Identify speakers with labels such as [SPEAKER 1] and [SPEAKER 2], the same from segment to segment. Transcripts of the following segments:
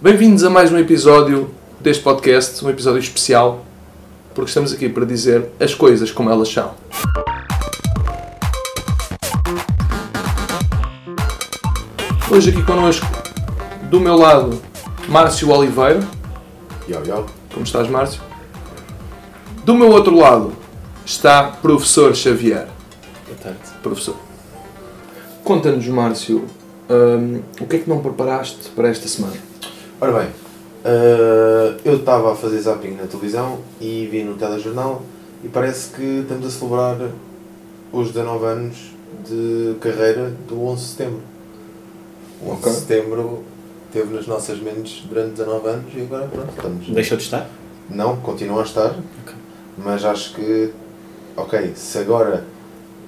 [SPEAKER 1] Bem-vindos a mais um episódio deste podcast, um episódio especial, porque estamos aqui para dizer as coisas como elas são. Hoje aqui connosco, do meu lado, Márcio Oliveira.
[SPEAKER 2] Yo, yo.
[SPEAKER 1] Como estás, Márcio? Do meu outro lado está Professor Xavier.
[SPEAKER 3] Boa tarde.
[SPEAKER 1] Professor, conta-nos, Márcio, hum, o que é que não preparaste para esta semana?
[SPEAKER 2] Ora bem, ah, eu estava a fazer zapping na televisão e vi no telejornal e parece que estamos a celebrar os 19 anos de carreira do 11 de setembro. O 11
[SPEAKER 1] Ok.
[SPEAKER 2] de setembro teve nas nossas mentes durante 19 anos e agora pronto, estamos.
[SPEAKER 3] Deixou de estar?
[SPEAKER 2] Não, continua a estar, mas acho que, ok, se agora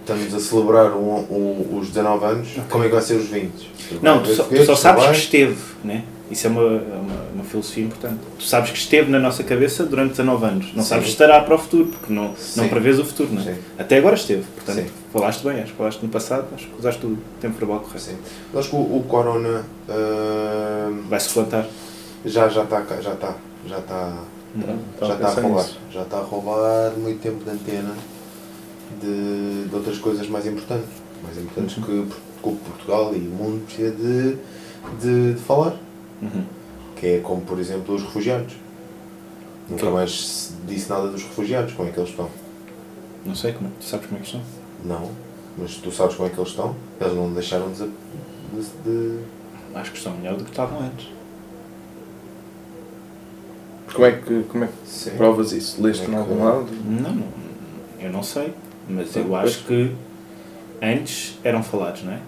[SPEAKER 2] estamos a celebrar o, o- os 19 anos, como é que vai ser os 20?
[SPEAKER 3] Não, tu só, tu só sabes que
[SPEAKER 2] Vai?
[SPEAKER 3] esteve, né? Isso é uma, é uma, uma filosofia importante. Tu sabes que esteve na nossa cabeça durante 19 anos. Não
[SPEAKER 2] Sim.
[SPEAKER 3] sabes se estará para o futuro, porque não,
[SPEAKER 2] Sim.
[SPEAKER 3] não prevês o futuro, não é?
[SPEAKER 2] Sim.
[SPEAKER 3] Até agora esteve. Portanto,
[SPEAKER 2] Sim.
[SPEAKER 3] falaste bem, acho que falaste no passado, acho que usaste o tempo verbal correto.
[SPEAKER 2] Sim. Eu acho que o, o Corona ahm,
[SPEAKER 3] Vai-se plantar.
[SPEAKER 2] já já está cá- já está já está Hum,
[SPEAKER 3] Tá, Então
[SPEAKER 2] já está a roubar já está a roubar muito tempo de antena de, de outras coisas mais importantes mais importantes que, Por- que Portugal e o mundo precisa de, de, de falar
[SPEAKER 3] Uhum.
[SPEAKER 2] que é como por exemplo os refugiados nunca
[SPEAKER 3] Sim.
[SPEAKER 2] mais se disse nada dos refugiados como é que eles estão
[SPEAKER 3] Não sei como é. Tu sabes como é que estão?
[SPEAKER 2] não mas tu sabes como é que eles estão eles não deixaram de, de- de
[SPEAKER 3] Acho que estão melhor do que estavam antes.
[SPEAKER 1] Como é que, como é que
[SPEAKER 2] Sim.
[SPEAKER 1] provas isso? Leste em algum lado?
[SPEAKER 3] Não, não, eu não sei, mas
[SPEAKER 1] Sim,
[SPEAKER 3] eu acho que antes eram falados, não é?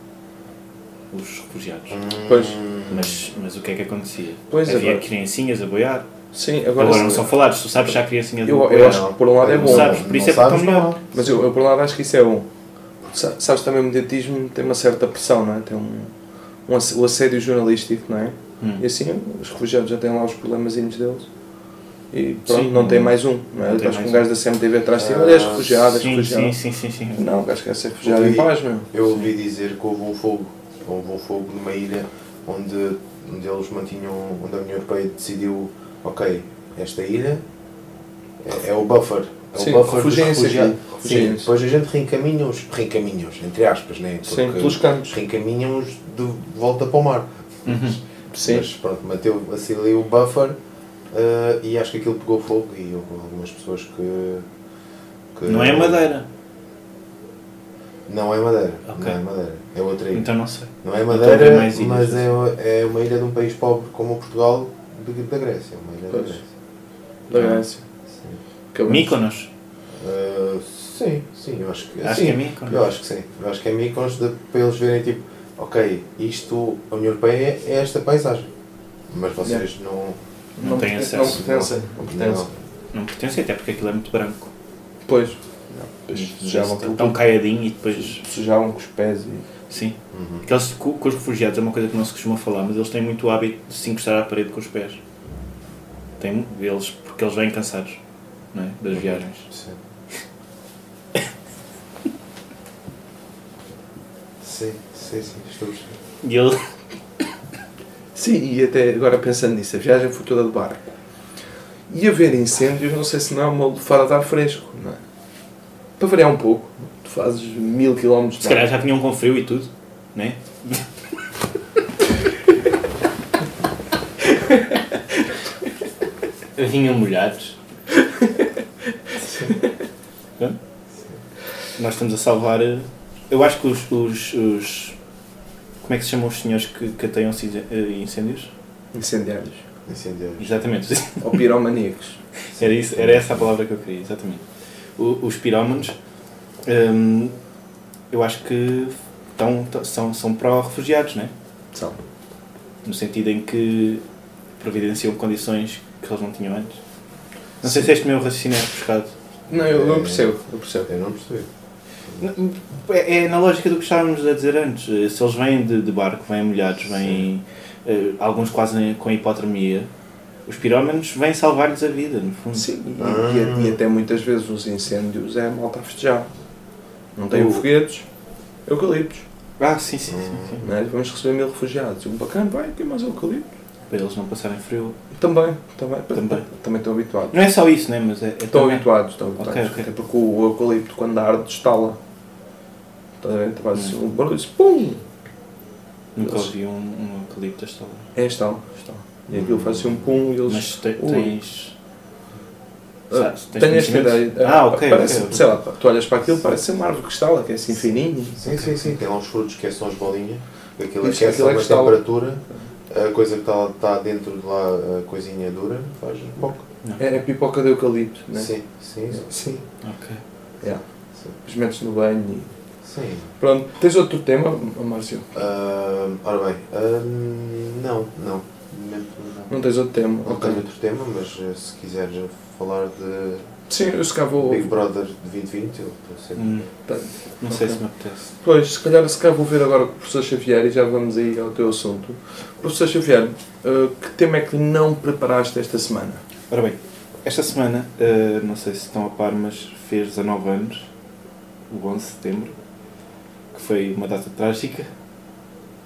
[SPEAKER 3] Os refugiados.
[SPEAKER 2] Hum.
[SPEAKER 1] Pois.
[SPEAKER 3] Mas, mas o que é que acontecia?
[SPEAKER 1] Pois,
[SPEAKER 3] Havia
[SPEAKER 1] agora-
[SPEAKER 3] criancinhas a boiar.
[SPEAKER 1] Sim,
[SPEAKER 3] Agora,
[SPEAKER 1] agora.
[SPEAKER 3] não são falados, tu sabes já a criancinha de
[SPEAKER 1] Eu,
[SPEAKER 3] boiar.
[SPEAKER 1] eu acho que por um lado é
[SPEAKER 2] Não
[SPEAKER 1] bom,
[SPEAKER 3] sabes, por isso é que
[SPEAKER 2] sabes,
[SPEAKER 3] estão
[SPEAKER 2] não.
[SPEAKER 3] melhor.
[SPEAKER 1] mas eu, eu por um lado acho que isso é bom. Porque sa- sabes também o mediatismo tem uma certa pressão, não é? Tem um, um ass- o assédio jornalístico, não é?
[SPEAKER 3] Hum.
[SPEAKER 1] E assim, os refugiados já têm lá os problemazinhos deles. E pronto,
[SPEAKER 3] Sim.
[SPEAKER 1] não tem mais um, não é?
[SPEAKER 3] Não tem
[SPEAKER 1] Estás
[SPEAKER 3] mais
[SPEAKER 1] com um
[SPEAKER 3] um.
[SPEAKER 1] gajo da CMTV atrás de ti,
[SPEAKER 2] Ah,
[SPEAKER 1] olha, és refugiado, és
[SPEAKER 3] Sim,
[SPEAKER 1] refugiado.
[SPEAKER 3] sim, sim, sim, sim.
[SPEAKER 1] Não, o gajo quer ser refugiado em
[SPEAKER 2] Ouvi-
[SPEAKER 1] paz, meu.
[SPEAKER 2] Eu ouvi dizer que houve um fogo, houve um fogo numa ilha onde, onde eles mantinham, onde a União Europeia decidiu, ok, esta ilha é, é o buffer. É
[SPEAKER 1] Sim,
[SPEAKER 2] o buffer dos
[SPEAKER 1] refugiem-se aqui,
[SPEAKER 2] refugiados. Sim,
[SPEAKER 1] refugiem-se.
[SPEAKER 2] depois a gente reencaminha-os, reencaminha-os, entre aspas, né?
[SPEAKER 1] Sim, pelos campos.
[SPEAKER 2] Reencaminha-os de volta para o mar. Mas,
[SPEAKER 1] Sim.
[SPEAKER 2] mas pronto, manteu assim ali o buffer ah, e acho que aquilo pegou fogo e houve algumas pessoas que. que-
[SPEAKER 3] Não é madeira.
[SPEAKER 2] Não é madeira.
[SPEAKER 3] Ok.
[SPEAKER 2] Não é madeira. É outra ilha.
[SPEAKER 3] Então não sei.
[SPEAKER 2] Não é
[SPEAKER 3] Então
[SPEAKER 2] Madeira,
[SPEAKER 3] tem mais ilhas,
[SPEAKER 2] mas
[SPEAKER 3] não
[SPEAKER 2] é, é uma ilha de um país pobre como o Portugal de- da Grécia. Uma ilha
[SPEAKER 1] Pois.
[SPEAKER 2] da Grécia.
[SPEAKER 1] Da Grécia. Acabamos.
[SPEAKER 3] Míconos.
[SPEAKER 2] Ah, sim, sim, eu acho que
[SPEAKER 3] Acho
[SPEAKER 2] sim.
[SPEAKER 3] que é Mykonos.
[SPEAKER 2] Eu acho que sim. Eu acho que é Mykonos de, para eles verem tipo, ok, isto, a União Europeia é esta paisagem. Mas vocês não.
[SPEAKER 3] Não tem
[SPEAKER 1] pertence-
[SPEAKER 3] acesso.
[SPEAKER 1] Não pertencem. Não pertencem.
[SPEAKER 3] Não pertence até porque aquilo é muito branco.
[SPEAKER 1] Pois.
[SPEAKER 3] Isso,
[SPEAKER 1] Sujavam
[SPEAKER 3] Tão
[SPEAKER 1] tudo.
[SPEAKER 3] caiadinho e depois.
[SPEAKER 1] Sujavam com os pés e.
[SPEAKER 3] Sim.
[SPEAKER 1] Uhum.
[SPEAKER 3] Porque eles, co- com, os refugiados é uma coisa que não se costuma falar, mas eles têm muito o hábito de se encostar à parede com os pés. Tem, eles, porque eles vêm cansados não é? das viagens.
[SPEAKER 2] Sim. sim, sim, sim, estou a perceber.
[SPEAKER 3] E ele.
[SPEAKER 1] Sim, e até agora pensando nisso, a viagem foi toda de barco. E haver incêndios, não sei se não é uma lufada de ar fresco, não é? Para variar um pouco, tu fazes mil quilómetros
[SPEAKER 3] Se
[SPEAKER 1] de
[SPEAKER 3] calhar
[SPEAKER 1] barco.
[SPEAKER 3] já vinham com frio e tudo, né? vinham molhados. Hã? Nós estamos a salvar. eh, Eu acho que os. os- os- como é que se chamam os senhores que, que ateiam cise- eh, incêndios?
[SPEAKER 1] Incendiários.
[SPEAKER 2] Incendiários.
[SPEAKER 3] Exatamente.
[SPEAKER 1] Ou piromaníacos.
[SPEAKER 3] Era, isso, era essa a palavra que eu queria, exatamente. O- os pirómanos, hum, eu acho que estão, t- são, são pró-refugiados, né?
[SPEAKER 1] São.
[SPEAKER 3] no sentido em que providenciam condições que eles não tinham antes. Não sei se este meu raciocínio é pescado.
[SPEAKER 1] Não, eu, eu
[SPEAKER 2] É.
[SPEAKER 1] percebo, eu percebo.
[SPEAKER 2] Eu não percebi.
[SPEAKER 3] É, é na lógica do que estávamos a dizer antes. Eh, Se eles vêm de, de barco, vêm molhados, vêm. eh, alguns quase em- com hipotermia, os pirómanos vêm salvar-lhes a vida, no fundo.
[SPEAKER 1] Sim, e,
[SPEAKER 2] Ah.
[SPEAKER 1] e- e até muitas vezes os incêndios é malta a festejar. Não tem
[SPEAKER 3] O-
[SPEAKER 1] foguetes, eucaliptos.
[SPEAKER 3] Ah, sim, sim, sim. sim.
[SPEAKER 1] Não é? Vamos receber mil refugiados. Um bacana, vai, tem mais eucaliptos.
[SPEAKER 3] para eles não passarem frio.
[SPEAKER 1] Também, também.
[SPEAKER 3] Também.
[SPEAKER 1] Também estão habituados.
[SPEAKER 3] Não é só isso, né? mas é, é
[SPEAKER 1] Estão
[SPEAKER 3] também-
[SPEAKER 1] habituados, estão habituados.
[SPEAKER 3] ok.
[SPEAKER 1] Até porque o eucalipto, quando arde, estala. Está a ver? Então Faz assim um barulho, pum!
[SPEAKER 3] Nunca
[SPEAKER 1] Eles-
[SPEAKER 3] ouvi um, um eucalipto a estalar.
[SPEAKER 1] É, estala, estala. E aquilo faz assim um pum e eles.
[SPEAKER 3] Mas te,
[SPEAKER 1] Ui.
[SPEAKER 3] tens.
[SPEAKER 1] Ah,
[SPEAKER 3] sabes, tens
[SPEAKER 1] Tenho esta
[SPEAKER 3] conhecimento?
[SPEAKER 1] ideia. É,
[SPEAKER 3] Ah, ok.
[SPEAKER 1] Parece,
[SPEAKER 3] ok.
[SPEAKER 1] Sei lá, pá, tu olhas para aquilo, parece ser uma árvore que estala, que é assim fininho.
[SPEAKER 2] Sim, sim, sim. Tem lá uns frutos que é só as bolinhas. Aquilo
[SPEAKER 1] Isso,
[SPEAKER 2] aquece a
[SPEAKER 1] aquilo é
[SPEAKER 2] uma
[SPEAKER 1] que está lá.
[SPEAKER 2] temperatura. A coisa que está lá- está dentro de lá, a coisinha dura, faz pouco.
[SPEAKER 1] É a pipoca de eucalipto, né?
[SPEAKER 2] Sim, sim, sim.
[SPEAKER 1] Sim.
[SPEAKER 3] Ok. É.
[SPEAKER 2] sim.
[SPEAKER 1] Os metes no banho
[SPEAKER 2] sim.
[SPEAKER 1] e. Pronto, tens outro tema, Márcio?
[SPEAKER 2] Ah, ora bem, ah, não, não. De momento
[SPEAKER 1] Não tens outro tema?
[SPEAKER 2] Não tenho outro tema, mas eh, se quiseres falar de
[SPEAKER 1] Sim, eu se calhar vou.
[SPEAKER 2] Big Brother de 2020, eu estou sempre.
[SPEAKER 3] Hum,
[SPEAKER 1] Tá.
[SPEAKER 3] não sei se me apetece.
[SPEAKER 1] Pois, se calhar, se calhar vou ver agora com o professor Xavier e já vamos aí ao teu assunto. Professor Xavier, eh, que tema é que não preparaste esta semana?
[SPEAKER 3] Ora bem, esta semana, eh, não sei se estão a par, mas fez 19 anos, o 11 de setembro, que foi uma data trágica.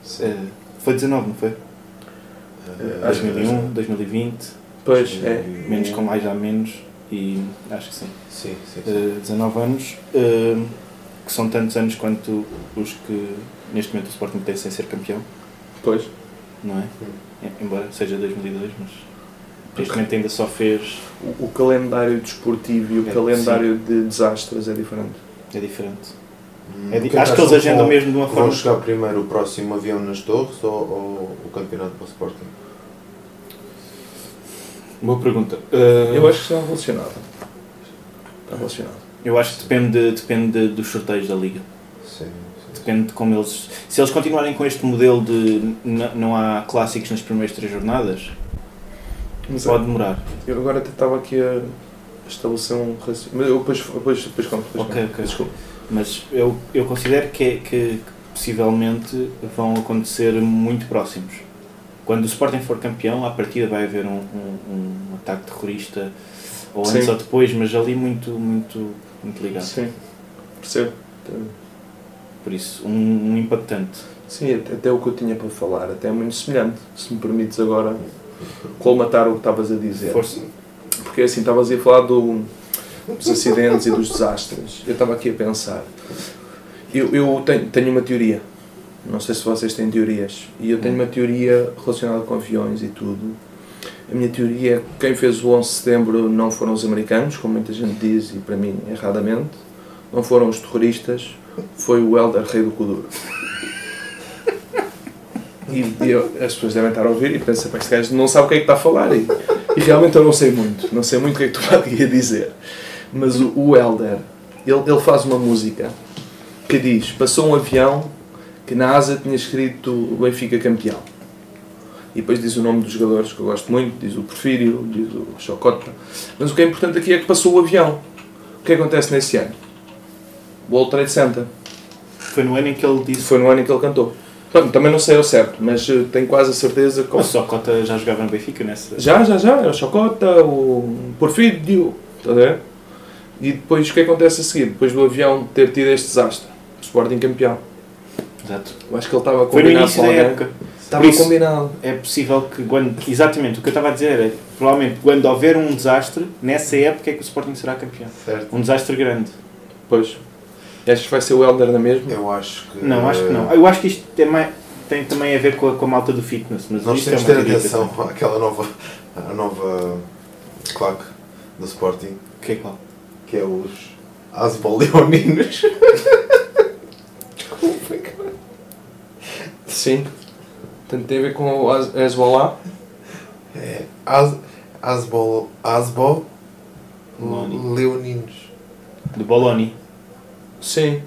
[SPEAKER 2] Sim.
[SPEAKER 3] Eh, foi 19, não foi?
[SPEAKER 2] Ah,
[SPEAKER 1] Acho que
[SPEAKER 3] 2001, 2020,
[SPEAKER 1] Pois, é.
[SPEAKER 3] um, menos com mais já menos, e acho que sim.
[SPEAKER 2] um. Sim, sim. sim.
[SPEAKER 3] Eh, 19 anos, eh, que são tantos anos quanto os que neste momento o Sporting tem sem ser campeão,
[SPEAKER 1] é, Pois.
[SPEAKER 3] não é? Em- Embora seja 2002, mas neste momento ainda só fez
[SPEAKER 1] O, o calendário desportivo e o
[SPEAKER 3] É,
[SPEAKER 1] calendário de desastres é diferente.
[SPEAKER 3] É diferente.
[SPEAKER 2] Hum,
[SPEAKER 3] É
[SPEAKER 2] o
[SPEAKER 3] di-
[SPEAKER 2] que
[SPEAKER 3] acho que eles
[SPEAKER 2] acham
[SPEAKER 3] agendam
[SPEAKER 2] vão-
[SPEAKER 3] mesmo de uma
[SPEAKER 2] Vão
[SPEAKER 3] forma.
[SPEAKER 2] chegar primeiro o próximo avião nas torres ou, ou o campeonato para o Sporting?
[SPEAKER 3] Boa pergunta. Eh,
[SPEAKER 1] Eu acho que está relacionado. Está relacionado.
[SPEAKER 3] eu acho que depende, depende dos sorteios da liga.
[SPEAKER 2] Sim, sim.
[SPEAKER 3] Depende de como eles. Se eles continuarem com este modelo de n- não há clássicos nas primeiras três jornadas,
[SPEAKER 1] Mas
[SPEAKER 3] pode demorar.
[SPEAKER 1] Eu agora até estava aqui a estabelecer um raciocínio. Mas eu depois, depois, depois conto. Depois
[SPEAKER 3] Ok,
[SPEAKER 1] conto.
[SPEAKER 3] ok.
[SPEAKER 1] Desculpa.
[SPEAKER 3] Mas eu, eu considero que, é- que, que possivelmente vão acontecer muito próximos. Quando o Sporting for campeão, à partida vai haver um, um, um ataque terrorista, ou antes
[SPEAKER 1] Sim.
[SPEAKER 3] ou depois, mas ali muito, muito, muito ligado.
[SPEAKER 1] Sim, percebo. Tá
[SPEAKER 3] Por isso, um, um impactante.
[SPEAKER 1] Sim, até, até o que eu tinha para falar, até é muito semelhante. Se me permites agora colmatar o que estavas a dizer.
[SPEAKER 3] Força.
[SPEAKER 1] Porque assim, estavas aí a falar do- dos acidentes e dos desastres. Eu estava aqui a pensar. Eu, eu tenho, tenho uma teoria. Não sei se vocês têm teorias. E eu tenho uma teoria relacionada com aviões e tudo. A minha teoria é que quem fez o 11 de setembro não foram os americanos, como muita gente diz, e para mim erradamente. Não foram os terroristas, foi o Helder Rei do Kuduro. E, e eu- as pessoas devem estar a ouvir e pensam, "Pá, este gajo não sabe o que é que está a falar. E, e realmente eu não sei muito, não sei muito o que é que tu vais aqui a dizer. Mas o, o Elder, ele, ele faz uma música que diz: Passou um avião que na asa tinha escrito Benfica campeão. E depois diz o nome dos jogadores que eu gosto muito, diz o Porfírio, diz o Chocota. Mas o que é importante aqui é que passou o avião. O que acontece nesse ano? O World Trade Center.
[SPEAKER 3] Foi no ano em que ele disse.
[SPEAKER 1] Foi no ano em que ele cantou. Pronto, também não sei ao certo, mas eh, tenho quase a certeza que
[SPEAKER 3] O Socota já jogava no Benfica nessa.
[SPEAKER 1] Já, já, já. É o Chacota, o Porfírio. Está a ver? E depois o que acontece a seguir? Depois do avião ter tido este desastre, o Sporting campeão.
[SPEAKER 3] Exato.
[SPEAKER 1] Eu acho que ele estava
[SPEAKER 3] Foi no
[SPEAKER 1] combinado
[SPEAKER 3] início
[SPEAKER 1] com
[SPEAKER 3] da
[SPEAKER 1] alguém.
[SPEAKER 3] época.
[SPEAKER 1] Estava
[SPEAKER 3] Por isso-
[SPEAKER 1] combinado.
[SPEAKER 3] É possível que quando. Exatamente, o que eu estava a dizer é provavelmente quando houver um desastre, nessa época é que o Sporting será campeão.
[SPEAKER 2] Certo?
[SPEAKER 3] Um desastre grande.
[SPEAKER 1] Pois. Achas que vai ser o Helder na mesma?
[SPEAKER 2] Eu acho que. eh,
[SPEAKER 3] Não, acho que não. Eu acho que isto tem, mais- tem também a ver com a, com a malta do fitness, mas
[SPEAKER 2] Nós
[SPEAKER 3] isto é
[SPEAKER 2] temos
[SPEAKER 3] uma
[SPEAKER 2] de ter
[SPEAKER 3] teoria
[SPEAKER 2] atenção
[SPEAKER 3] também.
[SPEAKER 2] àquela nova, à nova claque do Sporting,
[SPEAKER 3] Que é qual?
[SPEAKER 2] que é os Asboleoninos.
[SPEAKER 1] Sim. Portanto, tem a ver com o As- Hezbollah.
[SPEAKER 2] É, As, Asbol, Asbo
[SPEAKER 3] Leoni.
[SPEAKER 2] Leoninos.
[SPEAKER 3] Do Boloni,
[SPEAKER 1] Sim.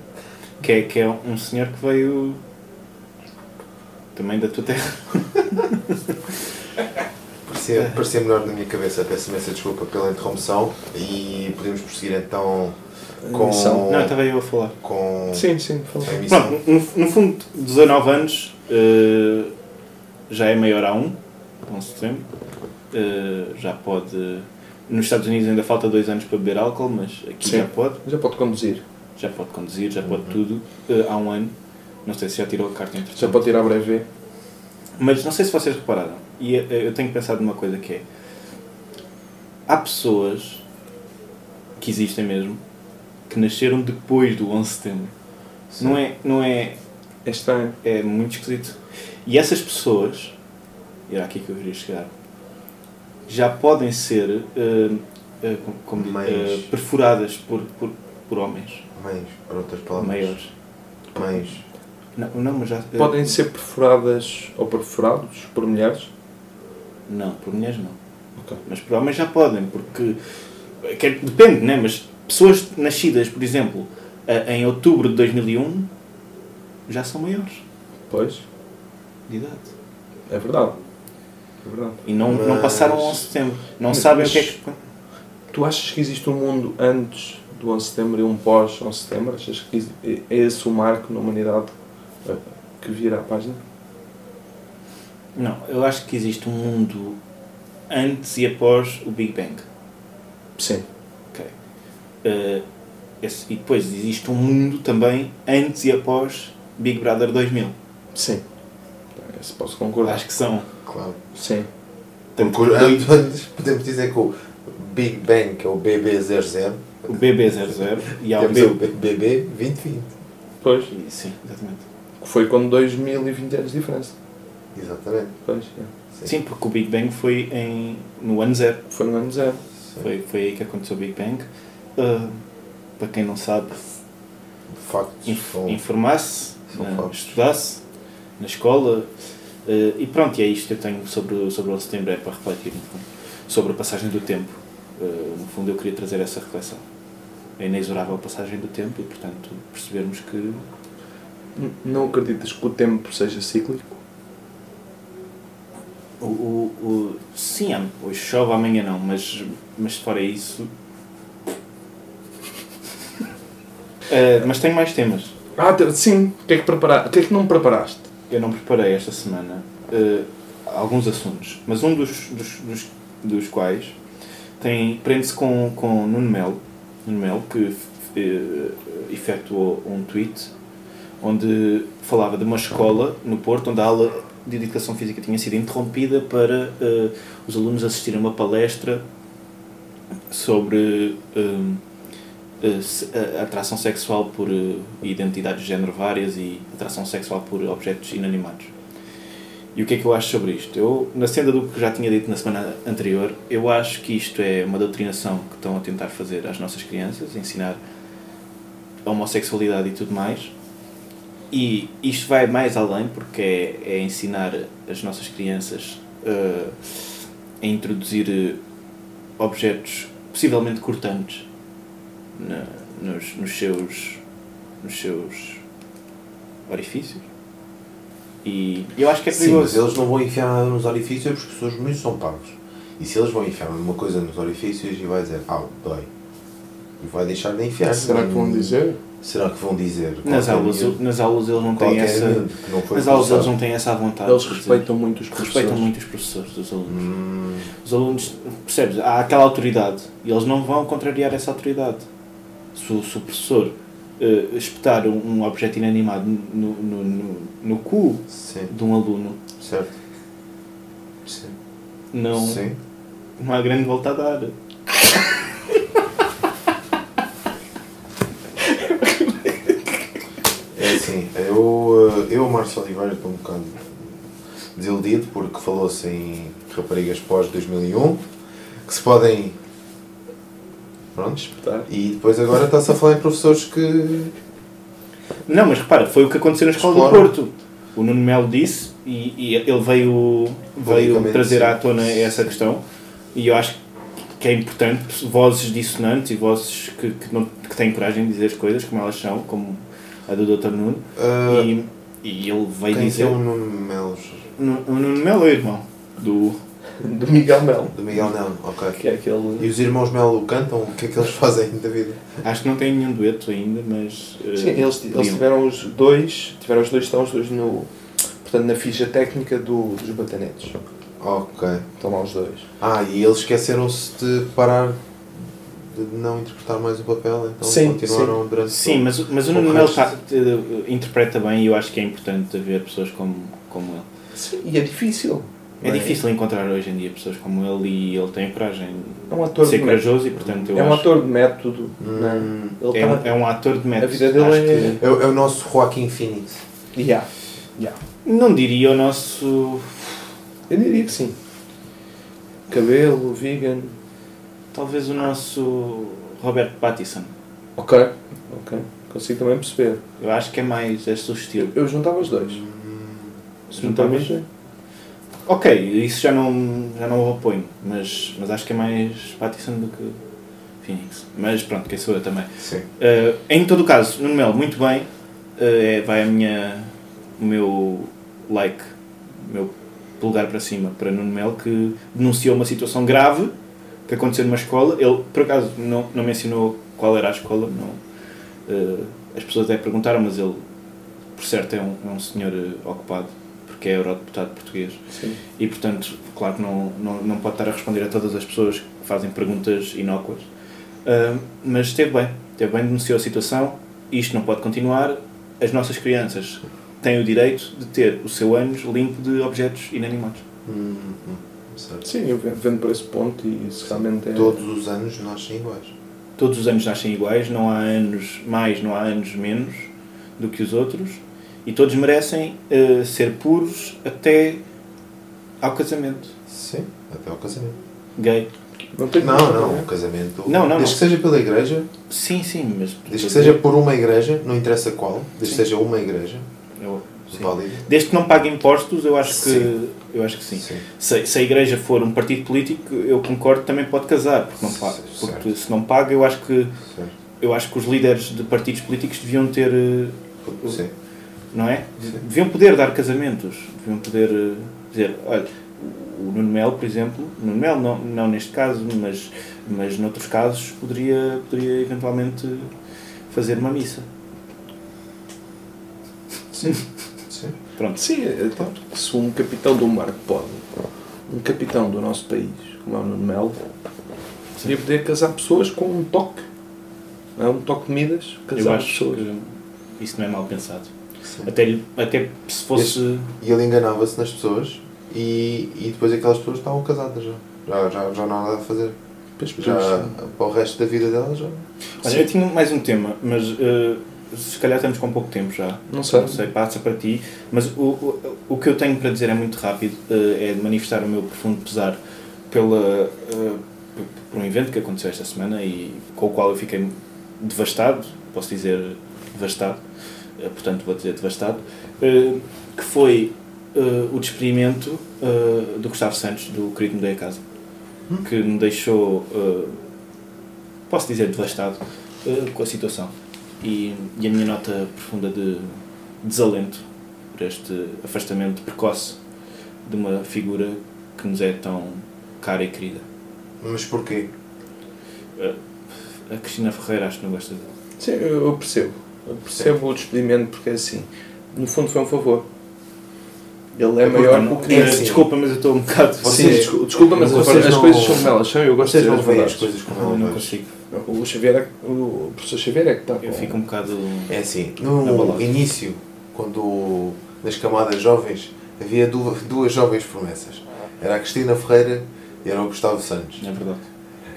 [SPEAKER 3] que é, que é um senhor que veio também da tua terra. É.
[SPEAKER 2] Parecia, parecia melhor na minha cabeça, peço imensa desculpa pela interrupção e podemos prosseguir então com.
[SPEAKER 1] Missão.
[SPEAKER 3] Não, estava eu a falar.
[SPEAKER 2] com
[SPEAKER 1] Sim, sim. Fala.
[SPEAKER 2] a emissão.
[SPEAKER 3] Pronto, no, no fundo, 19 anos eh, já é maior a 1, 11 de setembro. Eh, já pode. Nos Estados Unidos ainda falta 2 anos para beber álcool, mas aqui
[SPEAKER 1] Sim.
[SPEAKER 3] já pode.
[SPEAKER 1] Já pode conduzir.
[SPEAKER 3] Já pode conduzir, já
[SPEAKER 2] Uhum.
[SPEAKER 3] pode tudo. eh, há um ano. Não sei se já tirou a carta
[SPEAKER 1] Já
[SPEAKER 3] entretanto.
[SPEAKER 1] pode tirar breve.
[SPEAKER 3] Mas não sei se vocês repararam. E eh, eu tenho pensado numa coisa que é. Há pessoas que existem mesmo que nasceram depois do 11 de setembro. Não é, não é,
[SPEAKER 1] É estranho.
[SPEAKER 3] é muito esquisito. E essas pessoas, e era aqui que eu queria chegar, já podem ser eh, eh, como- como digo,
[SPEAKER 2] Mães.
[SPEAKER 3] eh, perfuradas por, por, por homens
[SPEAKER 2] Mães, por outras palavras.
[SPEAKER 3] maiores.
[SPEAKER 2] Mães.
[SPEAKER 3] Não, não, mas já. eh,
[SPEAKER 1] É. Podem ser perfuradas ou perfurados por mulheres.
[SPEAKER 3] Não, por mulheres não.
[SPEAKER 1] Ok.
[SPEAKER 3] Mas por homens já podem, porque. quer- depende, né? Mas pessoas nascidas, por exemplo, a- em outubro de 2001 já são maiores
[SPEAKER 1] Pois,
[SPEAKER 3] de idade.
[SPEAKER 1] é verdade. É verdade.
[SPEAKER 3] E não, não
[SPEAKER 2] Mas-
[SPEAKER 3] passaram ao 11 de setembro. Não
[SPEAKER 1] Mas-
[SPEAKER 3] sabem
[SPEAKER 1] mas-
[SPEAKER 3] o que é que.
[SPEAKER 1] Tu achas que existe um mundo antes do 11 de setembro e um pós 11 de setembro? Achas que exi- é é esse o marco na humanidade eh, que vira a página?
[SPEAKER 3] Não, eu acho que existe um mundo antes e após o Big Bang.
[SPEAKER 1] Sim.
[SPEAKER 3] Ok. Eh, esse- e depois existe um mundo também antes e após Big Brother 2000.
[SPEAKER 1] Sim. Esse posso concordar.
[SPEAKER 3] Acho que são.
[SPEAKER 2] Claro.
[SPEAKER 1] Sim.
[SPEAKER 2] Porque antes podemos dizer que o Big Bang, que é o BB00,
[SPEAKER 3] O BB00 e há um o
[SPEAKER 2] temos o
[SPEAKER 3] B.
[SPEAKER 2] BB2020.
[SPEAKER 1] Pois.
[SPEAKER 3] E- Sim, exatamente.
[SPEAKER 1] Que foi com 2020 anos de diferença.
[SPEAKER 2] Exatamente.
[SPEAKER 1] Pois, é.
[SPEAKER 3] Sim, porque o Big Bang foi em, no ano zero.
[SPEAKER 1] Foi no ano zero.
[SPEAKER 2] Sim.
[SPEAKER 3] Foi, foi aí que aconteceu o Big Bang. Ah, para quem não sabe,
[SPEAKER 2] Factos.
[SPEAKER 3] inf-
[SPEAKER 2] são-
[SPEAKER 3] informasse,
[SPEAKER 2] são
[SPEAKER 3] ah,
[SPEAKER 2] fatos.
[SPEAKER 3] estudasse na escola. ah, e pronto, e é isto que eu tenho sobre, o- sobre o 11 de setembro, é para refletir, no fundo, sobre a passagem do tempo. Ah, no fundo, eu queria trazer essa reflexão. A inexorável passagem do tempo e, portanto, percebermos que
[SPEAKER 1] N- Não acreditas que o tempo seja cíclico?
[SPEAKER 3] O, o, o- sim, am- hoje chove, amanhã não, mas, mas fora isso. Uh, mas tenho mais temas.
[SPEAKER 1] Ah, te- sim. O que é que prepara- O que é que não preparaste?
[SPEAKER 3] Eu não preparei esta semana uh, alguns assuntos, mas um dos, dos, dos, dos quais tem, prende-se com, com Nuno Melo, Nuno Melo, que f- eh, efetuou um tweet onde falava de uma escola no Porto onde a aula de educação física tinha sido interrompida para eh, os alunos assistirem a uma palestra sobre hum, eh, se- a- a atração sexual por eh, identidades de género várias e atração sexual por objetos inanimados. E o que é que eu acho sobre isto? Eu, na senda do que já tinha dito na semana anterior, eu acho que isto é uma doutrinação que estão a tentar fazer às nossas crianças, ensinar a homossexualidade e tudo mais. E isto vai mais além, porque é, é ensinar as nossas crianças eh, a introduzir eh, objetos possivelmente cortantes na- nos, nos seus nos seus orifícios e eu acho que é
[SPEAKER 2] Sim, mas
[SPEAKER 3] perigoso
[SPEAKER 2] eles não vão enfiar nada nos orifícios porque os seus meninos são parvos. E se eles vão enfiar uma coisa nos orifícios e vai dizer, au, dói. E vai deixar de enfiar. é?
[SPEAKER 1] Será que vão dizer?
[SPEAKER 2] Será que vão dizer?
[SPEAKER 3] nas
[SPEAKER 2] Qualquer
[SPEAKER 3] aulas
[SPEAKER 2] miúdo-
[SPEAKER 3] nas aulas eles não têm
[SPEAKER 2] qualquer
[SPEAKER 3] essa
[SPEAKER 2] miúdo que não foi
[SPEAKER 3] nas aulas eles
[SPEAKER 2] expulsado.
[SPEAKER 3] não têm essa vontade
[SPEAKER 1] Eles
[SPEAKER 3] quer dizer,
[SPEAKER 1] respeitam muito os
[SPEAKER 3] respeitam
[SPEAKER 1] professores.
[SPEAKER 3] muito os professores os alunos
[SPEAKER 2] Hum,
[SPEAKER 3] os alunos, percebes, há aquela autoridade e eles não vão contrariar essa autoridade. Se o, se o professor eh, espetar um, um objeto inanimado no, no, no, no cu
[SPEAKER 2] sim,
[SPEAKER 3] de um aluno,
[SPEAKER 2] certo. Sim.
[SPEAKER 3] não,
[SPEAKER 2] Sim.
[SPEAKER 3] não há grande volta a dar.
[SPEAKER 2] É assim, eu, eh, eu Márcio Oliveira, estou um bocado desiludido porque falou-se em raparigas pós-2001 que se podem. Prontos?
[SPEAKER 1] Tá.
[SPEAKER 2] E depois agora está-se a falar em professores que. eh,
[SPEAKER 3] Não, mas repara, foi o que aconteceu na escola
[SPEAKER 2] Exploram.
[SPEAKER 3] do Porto. O Nuno Melo disse e, e ele veio, veio
[SPEAKER 2] Publicamente,
[SPEAKER 3] trazer
[SPEAKER 2] sim.
[SPEAKER 3] à tona essa questão e eu acho que é importante vozes dissonantes e vozes que, que, não, que têm coragem de dizer as coisas como elas são, como a do Dr. Nuno.
[SPEAKER 2] ah,
[SPEAKER 3] E, e ele veio
[SPEAKER 2] quem
[SPEAKER 3] dizer.
[SPEAKER 2] é o Nuno Melos?
[SPEAKER 3] Nu- O Nuno Melo é irmão do.
[SPEAKER 1] Do Miguel Melo.
[SPEAKER 2] Do Miguel Nelo, ok.
[SPEAKER 1] Que é aquele...
[SPEAKER 2] E os irmãos Melo cantam? O que é que eles fazem da vida?
[SPEAKER 3] Acho que não tem nenhum dueto ainda, mas. eh,
[SPEAKER 1] Sim, eles, eles
[SPEAKER 3] podiam.
[SPEAKER 1] tiveram os dois, tiveram os dois, estão os dois no, portanto, na ficha técnica do, dos batanetes.
[SPEAKER 2] Ok.
[SPEAKER 1] Estão lá os dois.
[SPEAKER 2] Ah, e eles esqueceram-se de parar de não interpretar mais o papel, então
[SPEAKER 1] Sim,
[SPEAKER 2] continuaram durante.
[SPEAKER 3] Sim, mas, mas o
[SPEAKER 2] Com
[SPEAKER 3] Nuno Melo
[SPEAKER 2] resto.
[SPEAKER 3] tá- eh, interpreta bem e eu acho que é importante haver pessoas como, como ele.
[SPEAKER 1] Sim, e é difícil.
[SPEAKER 3] É difícil encontrar hoje em dia pessoas como ele e ele tem a coragem
[SPEAKER 1] É um
[SPEAKER 3] de
[SPEAKER 1] ator
[SPEAKER 3] ser
[SPEAKER 1] de método.
[SPEAKER 3] corajoso e portanto eu
[SPEAKER 1] É um
[SPEAKER 3] acho
[SPEAKER 1] ator de método. não é?
[SPEAKER 2] Hum,
[SPEAKER 1] Ele
[SPEAKER 3] é,
[SPEAKER 1] tá-
[SPEAKER 3] um, é um ator de método.
[SPEAKER 1] A vida dele
[SPEAKER 3] Acho
[SPEAKER 1] é-
[SPEAKER 2] é, o- é o nosso Joaquim Phoenix.
[SPEAKER 1] Yeah. Yeah.
[SPEAKER 3] que não diria o nosso.
[SPEAKER 1] Eu diria que sim. Cabelo, vegan.
[SPEAKER 3] talvez o nosso Robert Pattinson.
[SPEAKER 1] Ok. Ok. Consigo também perceber.
[SPEAKER 3] Eu acho que é mais este o estilo.
[SPEAKER 1] Eu juntava os dois. Se
[SPEAKER 3] Juntava
[SPEAKER 1] juntava
[SPEAKER 3] os
[SPEAKER 1] os dois.
[SPEAKER 3] Ok, isso já não, já não o oponho, mas, mas acho que é mais Pattinson do que Phoenix. Mas pronto, quem sou eu também.
[SPEAKER 2] Sim.
[SPEAKER 3] Uh, em todo o caso, Nuno Melo, muito bem. Uh, é- vai a minha, o meu like, o meu polegar para cima para Nuno Melo, que denunciou uma situação grave que aconteceu numa escola. Ele, por acaso, não, não mencionou qual era a escola. Não, Uh, as pessoas até perguntaram, mas ele, por certo, é um, é um senhor uh, ocupado, porque é eurodeputado português.
[SPEAKER 1] Sim.
[SPEAKER 3] E, portanto, claro que não, não, não pode estar a responder a todas as pessoas que fazem perguntas inócuas. Ah, mas esteve bem, esteve bem, denunciou a situação. Isto não pode continuar. As nossas crianças têm o direito de ter o seu ânus limpo de objetos inanimados.
[SPEAKER 2] Hum, hum, certo.
[SPEAKER 1] Sim, eu ve- vendo por esse ponto e se realmente é.
[SPEAKER 2] hum. Todos os anos nós somos iguais.
[SPEAKER 3] Todos os anos nascem iguais, não há anos mais, não há anos menos do que os outros. E todos merecem ah, ser puros até ao casamento
[SPEAKER 2] Sim, até ao casamento.
[SPEAKER 3] gay.
[SPEAKER 1] Não tem
[SPEAKER 2] Não,
[SPEAKER 1] problema,
[SPEAKER 2] não,
[SPEAKER 1] né?
[SPEAKER 2] o casamento.
[SPEAKER 3] Não, não,
[SPEAKER 2] Desde que seja pela igreja,
[SPEAKER 3] Sim, sim, mas...
[SPEAKER 2] desde que seja por uma igreja, não interessa qual, desde que seja uma igreja,
[SPEAKER 3] Eu- sim.
[SPEAKER 2] válida.
[SPEAKER 3] Desde que não pague impostos, eu acho que
[SPEAKER 2] Sim.
[SPEAKER 3] eu acho que sim. Se, se a igreja for um partido político, eu concordo, também pode casar, porque, não paga,
[SPEAKER 2] Certo.
[SPEAKER 3] porque se não paga, eu acho que
[SPEAKER 2] certo.
[SPEAKER 3] eu acho que os líderes de partidos políticos deviam ter, eh,
[SPEAKER 2] Sim.
[SPEAKER 3] não é?
[SPEAKER 2] Sim.
[SPEAKER 3] Deviam poder dar casamentos, deviam poder eh, dizer, olha, o Nuno Melo, por exemplo, Nuno Melo não, não neste caso, mas mas noutros casos poderia poderia eventualmente fazer uma missa.
[SPEAKER 2] Sim.
[SPEAKER 3] Pronto.
[SPEAKER 1] Sim, até porque se um capitão de um barco pode, um capitão do nosso país, como é o Nuno Melo, devia poder casar pessoas com um toque. Não é? Um toque de Midas,
[SPEAKER 3] Eu
[SPEAKER 1] casar
[SPEAKER 3] acho
[SPEAKER 1] pessoas.
[SPEAKER 3] que isso não é mal pensado.
[SPEAKER 2] Sim.
[SPEAKER 3] Até, lhe- até se fosse.
[SPEAKER 2] E ele enganava-se nas pessoas e, e depois aquelas pessoas estavam casadas já. Já, já, já não há nada a fazer.
[SPEAKER 1] Pois, pois,
[SPEAKER 2] Já, para o resto da vida delas já.
[SPEAKER 3] Olha, eu tinha mais um tema, mas eh, se calhar estamos com pouco tempo já.
[SPEAKER 1] Não sei.
[SPEAKER 3] Não sei, passa para ti. Mas o, o, o que eu tenho para dizer é muito rápido, eh, é de manifestar o meu profundo pesar pela, eh, por um evento que aconteceu esta semana e com o qual eu fiquei devastado, posso dizer devastado, eh, portanto vou dizer devastado, eh, que foi eh, o despedimento eh, do Gustavo Santos, do querido Mudei a Casa, que me deixou, eh, posso dizer devastado, eh, com a situação. E, e a minha nota profunda de desalento por este afastamento precoce de uma figura que nos é tão cara e querida.
[SPEAKER 2] Mas porquê?
[SPEAKER 3] A Cristina Ferreira acho que não gosta dele.
[SPEAKER 1] Sim, eu eu percebo. Eu percebo o despedimento porque assim, no fundo foi um favor. Ele é
[SPEAKER 2] Porque
[SPEAKER 1] maior
[SPEAKER 3] Não,
[SPEAKER 1] que o
[SPEAKER 2] é
[SPEAKER 1] crime.
[SPEAKER 2] assim.
[SPEAKER 3] Desculpa, mas eu estou um bocado.
[SPEAKER 1] Sim,
[SPEAKER 2] Vocês-
[SPEAKER 1] descul- desculpa, mas
[SPEAKER 2] vocês
[SPEAKER 1] agora as
[SPEAKER 2] não-
[SPEAKER 1] coisas são como elas são, eu gosto
[SPEAKER 2] Vocês
[SPEAKER 1] de
[SPEAKER 2] não
[SPEAKER 1] dizer
[SPEAKER 2] veem
[SPEAKER 1] as
[SPEAKER 2] as
[SPEAKER 1] verdades.
[SPEAKER 2] coisas como
[SPEAKER 3] Não,
[SPEAKER 2] ela
[SPEAKER 3] não
[SPEAKER 2] vê.
[SPEAKER 3] consigo.
[SPEAKER 1] O, Xavier é- o professor Xavier é que está
[SPEAKER 3] Eu
[SPEAKER 1] com-
[SPEAKER 3] fico um bocado.
[SPEAKER 2] É assim,
[SPEAKER 3] Na
[SPEAKER 2] no
[SPEAKER 3] balança.
[SPEAKER 2] início, quando nas camadas jovens, havia du- duas jovens promessas. Era a Cristina Ferreira e era o Gustavo Santos.
[SPEAKER 3] É verdade.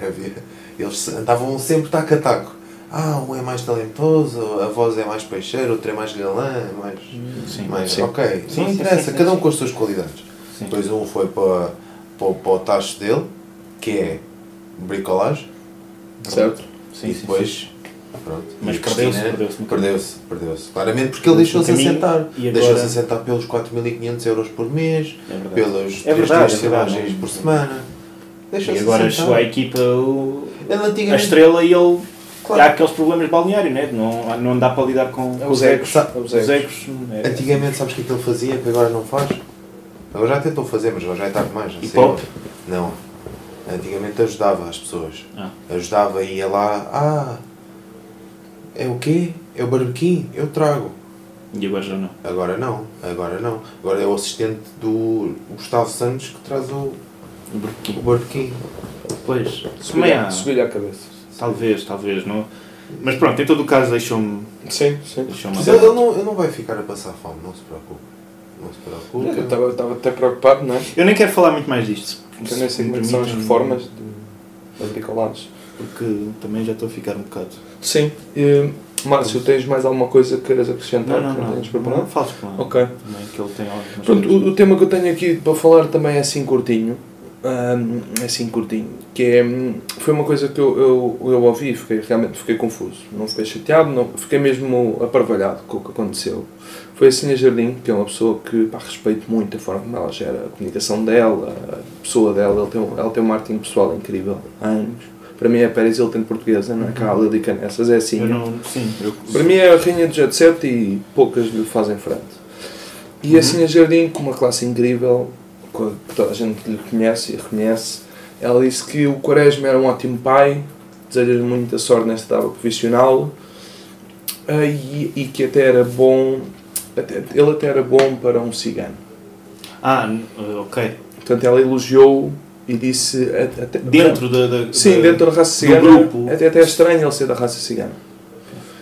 [SPEAKER 2] Havia- Eles se- andavam sempre taco a taco. Ah, um é mais talentoso, a voz é mais peixeiro, outro é mais galã, é mais.
[SPEAKER 3] Sim.
[SPEAKER 2] mais
[SPEAKER 1] Sim.
[SPEAKER 2] Ok,
[SPEAKER 3] Sim,
[SPEAKER 2] não
[SPEAKER 3] sim,
[SPEAKER 2] interessa,
[SPEAKER 3] sim,
[SPEAKER 2] cada um
[SPEAKER 3] sim.
[SPEAKER 2] com as suas qualidades.
[SPEAKER 3] Sim.
[SPEAKER 2] Depois um foi para, para, para o tacho dele, que é bricolagem,
[SPEAKER 1] Certo?
[SPEAKER 3] Sim,
[SPEAKER 2] e
[SPEAKER 3] sim,
[SPEAKER 2] depois.
[SPEAKER 3] sim.
[SPEAKER 2] Pronto.
[SPEAKER 3] Mas
[SPEAKER 2] E a Cristina-
[SPEAKER 3] perdeu-se, perdeu-se no
[SPEAKER 2] Perdeu-se, perdeu-se. Claramente porque ele
[SPEAKER 3] Perdeu-se no
[SPEAKER 2] deixou-se
[SPEAKER 3] caminho
[SPEAKER 2] assentar.
[SPEAKER 3] e
[SPEAKER 2] Deixou-se
[SPEAKER 3] agora-
[SPEAKER 2] assentar pelos 4.500 euros por mês,
[SPEAKER 3] É verdade.
[SPEAKER 2] pelos
[SPEAKER 3] É
[SPEAKER 2] 3
[SPEAKER 3] verdade,
[SPEAKER 2] dias de
[SPEAKER 3] é verdade,
[SPEAKER 2] filmagens
[SPEAKER 3] não-
[SPEAKER 2] por semana.
[SPEAKER 3] E
[SPEAKER 2] Deixou-se
[SPEAKER 3] agora chegou à
[SPEAKER 2] assentar.
[SPEAKER 3] equipa o-
[SPEAKER 2] Ele
[SPEAKER 3] a
[SPEAKER 2] antigamente
[SPEAKER 3] estrela e ele.
[SPEAKER 2] Claro.
[SPEAKER 3] Há aqueles problemas de balneário, né? não, não dá para lidar com
[SPEAKER 1] É
[SPEAKER 3] os
[SPEAKER 1] os
[SPEAKER 3] egos.
[SPEAKER 1] egos. É os egos.
[SPEAKER 3] é-
[SPEAKER 2] Antigamente sabes o que é que ele fazia que agora não faz? Agora já tentou fazer, mas agora já é tarde demais. já
[SPEAKER 3] Hip
[SPEAKER 2] sei.
[SPEAKER 3] hop?
[SPEAKER 2] Não. Antigamente ajudava as pessoas.
[SPEAKER 3] Ah.
[SPEAKER 2] Ajudava e ia lá. Ah, é o quê? É o barbequim? Eu trago.
[SPEAKER 3] E agora já não.
[SPEAKER 2] Agora não, agora não. Agora é o assistente do Gustavo Santos que traz o,
[SPEAKER 3] O
[SPEAKER 2] o
[SPEAKER 3] Burquinho.
[SPEAKER 2] barbequim.
[SPEAKER 3] Pois. Também há-
[SPEAKER 1] Subir- Subir-lhe à cabeça.
[SPEAKER 3] Talvez, talvez, não. Mas pronto, em todo o caso deixou-me.
[SPEAKER 1] Sim, sim.
[SPEAKER 3] Deixou
[SPEAKER 2] Mas ele, ele não, ele não vai ficar a passar fome, não se preocupe. Não se
[SPEAKER 1] Eu
[SPEAKER 3] então.
[SPEAKER 2] preocupe.
[SPEAKER 1] estava estava até preocupado, não é?
[SPEAKER 3] Eu nem quero falar muito mais disto.
[SPEAKER 1] Porque eu nem sei como é que são as reformas de- dos bicolados.
[SPEAKER 3] Porque também já estou a ficar um bocado.
[SPEAKER 1] Sim. Eh, Márcio, tens mais alguma coisa que queiras acrescentar?
[SPEAKER 3] Não, não,
[SPEAKER 1] que
[SPEAKER 3] não.
[SPEAKER 1] tens
[SPEAKER 3] Não,
[SPEAKER 1] preparado?
[SPEAKER 3] não fales com ela.
[SPEAKER 1] Ok.
[SPEAKER 3] Também que ele tem algumas
[SPEAKER 1] Pronto,
[SPEAKER 3] coisas.
[SPEAKER 1] o, o tema que eu tenho aqui para falar também é assim curtinho. Ahm, é assim curtinho. Que é, hum, foi uma coisa que eu, eu, eu ouvi e fiquei, realmente fiquei confuso. Não fiquei chateado, não, fiquei mesmo aparvalhado com o que aconteceu. Foi a Sinha Jardim, que é uma pessoa que pá, respeito muito a forma como ela gera a comunicação dela, a pessoa dela. Ela tem, um- ela tem um marketing pessoal incrível há anos. Para mim é Pérez Hilton portuguesa, não é? Cá, Lili Canessas, é assim.
[SPEAKER 3] Eu não. Sim, eu.
[SPEAKER 1] Para mim é a rainha do jet set e poucas lhe fazem frente. E assim, a Sinha Jardim, com uma classe incrível, com- que toda a gente lhe conhece e reconhece, ela disse que o Quaresma era um ótimo pai, deseja-lhe muita sorte nesta etapa profissional eh, e, e que até era bom, até- ele até era bom para um cigano. é-
[SPEAKER 3] Ah, n- eh, ok.
[SPEAKER 1] Portanto, ela elogiou e disse. a- até-
[SPEAKER 3] Dentro da. da-
[SPEAKER 1] Sim,
[SPEAKER 3] da-
[SPEAKER 1] dentro da raça cigana.
[SPEAKER 3] grupo.
[SPEAKER 1] Até, até é estranho ele ser da raça cigana.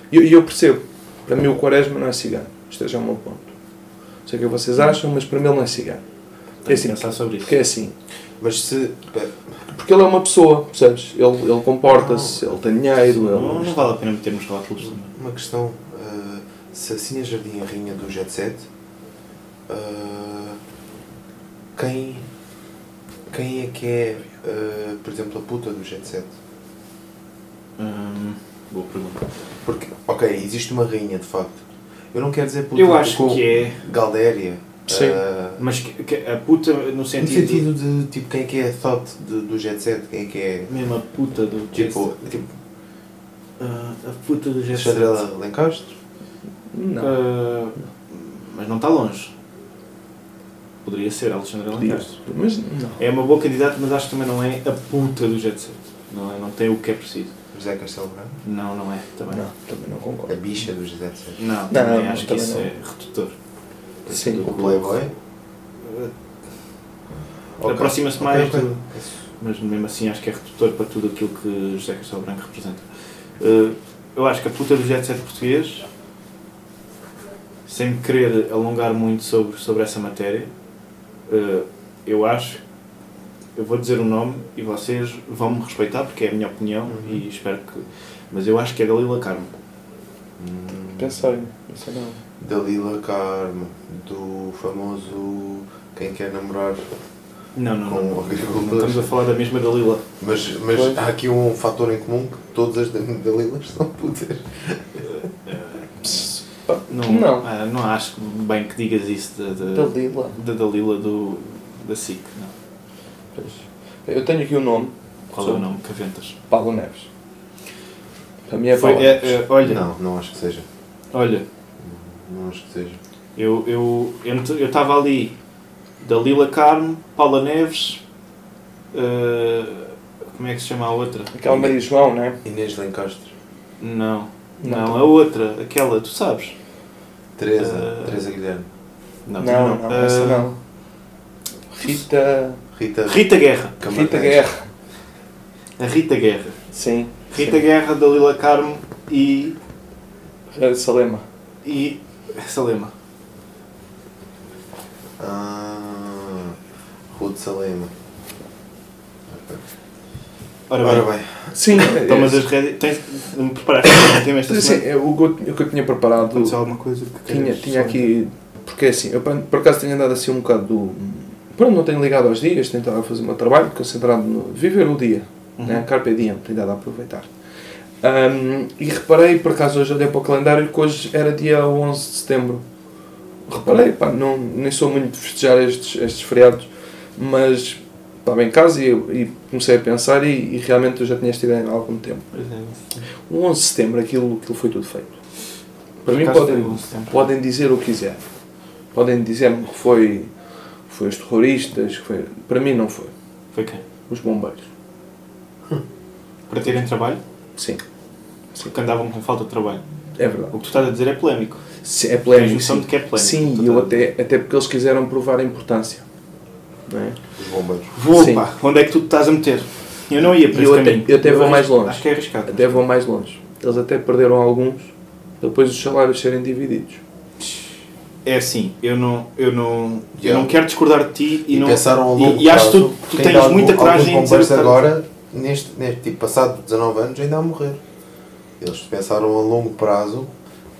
[SPEAKER 1] E eu, e eu percebo. Para mim, o Quaresma não é cigano. Esteja é o meu ponto. Não sei o que vocês acham, mas para mim ele não é cigano.
[SPEAKER 3] Tenho
[SPEAKER 1] É
[SPEAKER 3] que
[SPEAKER 1] assim,
[SPEAKER 3] pensar sobre isso.
[SPEAKER 1] porque é assim.
[SPEAKER 2] Mas se. pera,
[SPEAKER 1] Porque ele é uma pessoa, percebes? Ele, ele comporta-se, ele tem dinheiro,
[SPEAKER 3] Não,
[SPEAKER 1] ele.
[SPEAKER 3] não vale a pena metermos rótulos também.
[SPEAKER 2] Uma questão. ah, se a Sinha Jardim é a rainha do Jet Set, ah, quem. Quem é que é, ah, por exemplo, a puta do Jet Set?
[SPEAKER 3] Hum, boa pergunta.
[SPEAKER 2] Porque, ok, existe uma rainha de facto. Eu não quero dizer puta
[SPEAKER 3] Eu acho
[SPEAKER 2] com
[SPEAKER 3] que é.
[SPEAKER 2] Galdéria.
[SPEAKER 1] Sim.
[SPEAKER 2] ah,
[SPEAKER 3] Mas que- que a puta, no
[SPEAKER 2] no
[SPEAKER 3] sentido.
[SPEAKER 2] sentido de tipo quem é que é a thought de- do Jet Set, quem é que é
[SPEAKER 3] Mesmo a puta do.
[SPEAKER 2] tipo, tipo
[SPEAKER 3] Ah, a puta do Jet Set.
[SPEAKER 2] Alexandra Lencastre?
[SPEAKER 1] Não.
[SPEAKER 3] Ah, mas não está longe. Poderia ser Alexandre Lancastro.
[SPEAKER 1] Diz. Mas não.
[SPEAKER 3] É uma boa candidata, mas acho que também não é a puta do Jet Set. Não, é, não tem o que é preciso.
[SPEAKER 2] José Castelo Branco?
[SPEAKER 3] Não, não é. Também não.
[SPEAKER 1] Não, também não
[SPEAKER 2] A
[SPEAKER 1] concordo.
[SPEAKER 2] bicha do Jet Set.
[SPEAKER 3] Não, também
[SPEAKER 1] não,
[SPEAKER 3] acho que
[SPEAKER 1] também
[SPEAKER 3] isso
[SPEAKER 1] não.
[SPEAKER 3] é redutor.
[SPEAKER 1] Sim.
[SPEAKER 2] O Playboy? Ok.
[SPEAKER 3] Aproxima-se
[SPEAKER 2] Ok,
[SPEAKER 3] mais
[SPEAKER 2] ok.
[SPEAKER 3] do- Mas mesmo assim acho que é redutor para tudo aquilo que José Castelo Branco representa. Eh, eu acho que a puta do Jet Set português, sem querer alongar muito sobre, sobre essa matéria, eh, eu acho, eu vou dizer o nome e vocês vão me respeitar porque é a minha opinião
[SPEAKER 2] Uhum.
[SPEAKER 3] e espero que. Mas eu acho que é Dalila Carmo.
[SPEAKER 2] Hum,
[SPEAKER 1] Pensei, pensei não.
[SPEAKER 2] Dalila Carmo, do famoso Quem Quer Namorar
[SPEAKER 3] Não, não,
[SPEAKER 2] com o
[SPEAKER 3] não. Não
[SPEAKER 2] Agricultor.
[SPEAKER 3] estamos a falar da mesma Dalila.
[SPEAKER 2] Mas, mas
[SPEAKER 1] Pois.
[SPEAKER 2] há aqui um fator em comum que todas as Dalilas são putas.
[SPEAKER 1] Pss,
[SPEAKER 3] Eh, Não, Então,
[SPEAKER 1] Não.
[SPEAKER 3] ah, não acho bem que digas isso da, da,
[SPEAKER 1] Dalila.
[SPEAKER 3] da Dalila do, da SIC. Não.
[SPEAKER 1] Pois. Eu tenho aqui o nome,
[SPEAKER 3] Qual é o nome que aventas?
[SPEAKER 1] Paulo Neves. Para mim é
[SPEAKER 3] Foi-
[SPEAKER 1] Paulo
[SPEAKER 3] é,
[SPEAKER 1] Neves.
[SPEAKER 3] é, olha,
[SPEAKER 2] Não, não acho que seja.
[SPEAKER 3] olha,
[SPEAKER 2] Não acho que seja.
[SPEAKER 3] eu estava eu, estava ali Dalila Carmo, Paula Neves, eh, como é que se chama a outra?
[SPEAKER 1] Aquela Maria João, não é?
[SPEAKER 2] Inês Lencastre.
[SPEAKER 3] Não,
[SPEAKER 1] Não,
[SPEAKER 3] não, é
[SPEAKER 1] tá.
[SPEAKER 3] a outra, aquela, tu sabes?
[SPEAKER 2] Teresa.
[SPEAKER 3] Ah.
[SPEAKER 2] Teresa Guilherme.
[SPEAKER 1] Não, não, não, essa
[SPEAKER 3] Eh,
[SPEAKER 1] não. Rita.
[SPEAKER 2] Rita.
[SPEAKER 3] Rita Guerra,
[SPEAKER 2] Camargo
[SPEAKER 1] Rita
[SPEAKER 2] Neves.
[SPEAKER 1] Guerra.
[SPEAKER 3] a Rita Guerra.
[SPEAKER 1] Sim.
[SPEAKER 3] Rita Guerra, Dalila Carmo e.
[SPEAKER 1] Guerra. Salema.
[SPEAKER 3] e. Salema.
[SPEAKER 2] Ah, Ruth Salema. Ok.
[SPEAKER 3] Ora bem,
[SPEAKER 2] Ora bem.
[SPEAKER 1] Sim, é-
[SPEAKER 3] tomas as rédeas. Tens de me preparar para o tema esta
[SPEAKER 1] Sim,
[SPEAKER 3] semana.
[SPEAKER 1] é o que eu- o que eu tinha preparado.
[SPEAKER 3] Aconteceu alguma coisa que
[SPEAKER 1] Tinha,
[SPEAKER 3] queiras
[SPEAKER 1] tinha
[SPEAKER 3] falar?
[SPEAKER 1] aqui. Porque é assim, eu por por acaso tenho andado assim um bocado do. Pronto, não tenho ligado aos dias, tenho estado a fazer o meu trabalho, concentrado no. viver o dia,
[SPEAKER 3] Uhum.
[SPEAKER 1] né? Carpe diem, tenho dado a aproveitar. Ahm, e reparei, por acaso hoje olhei para o calendário que hoje era dia 11 de setembro. Reparei, pá, não, nem sou muito de festejar estes, estes feriados, mas estava em casa e, e comecei a pensar e, e realmente eu já tinha esta ideia há algum tempo.
[SPEAKER 3] Pois é,
[SPEAKER 1] O 11 de setembro, aquilo, aquilo foi tudo feito. Para mim,
[SPEAKER 3] acaso
[SPEAKER 1] podem,
[SPEAKER 3] foi bom setembro.
[SPEAKER 1] podem dizer o que quiserem. Podem dizer-me que foi, foi os terroristas, que foi... para mim não foi.
[SPEAKER 3] Foi quem?
[SPEAKER 1] Os bombeiros.
[SPEAKER 3] Para terem trabalho?
[SPEAKER 1] Sim,
[SPEAKER 3] Porque andavam com falta de trabalho.
[SPEAKER 1] é verdade.
[SPEAKER 3] O que tu estás a dizer é polémico.
[SPEAKER 1] Se- É
[SPEAKER 3] Tens
[SPEAKER 1] polémico.
[SPEAKER 3] noção
[SPEAKER 1] Sim,
[SPEAKER 3] de que é polémico.
[SPEAKER 1] Sim,
[SPEAKER 3] Tu
[SPEAKER 1] e eu
[SPEAKER 3] estás a dizer.
[SPEAKER 1] até, até porque eles quiseram provar a importância. Não é?
[SPEAKER 2] Os bombeiros.
[SPEAKER 3] Vou,
[SPEAKER 1] Sim.
[SPEAKER 3] pá, onde é que tu te estás a meter? Eu não ia para
[SPEAKER 1] E eu
[SPEAKER 3] esse
[SPEAKER 1] até-
[SPEAKER 3] caminho.
[SPEAKER 1] eu até vou
[SPEAKER 3] acho-
[SPEAKER 1] mais longe.
[SPEAKER 3] Acho que é arriscado.
[SPEAKER 1] Até vão mais longe. Eles até perderam alguns depois dos salários serem divididos.
[SPEAKER 3] é assim, eu não, eu não, eu
[SPEAKER 2] Yeah.
[SPEAKER 3] não quero discordar de ti e,
[SPEAKER 2] E,
[SPEAKER 3] não.
[SPEAKER 2] pensaram ao longo
[SPEAKER 3] e, e acho que
[SPEAKER 2] prazo,
[SPEAKER 3] tu, tu
[SPEAKER 2] quem
[SPEAKER 3] tens
[SPEAKER 2] dá algum-
[SPEAKER 3] muita coragem em
[SPEAKER 2] alguns
[SPEAKER 3] dizer.
[SPEAKER 2] bombeiros
[SPEAKER 3] o que- tá-
[SPEAKER 2] agora, neste, neste tipo, passado 19 anos, ainda há a morrer. Eles pensaram a longo prazo,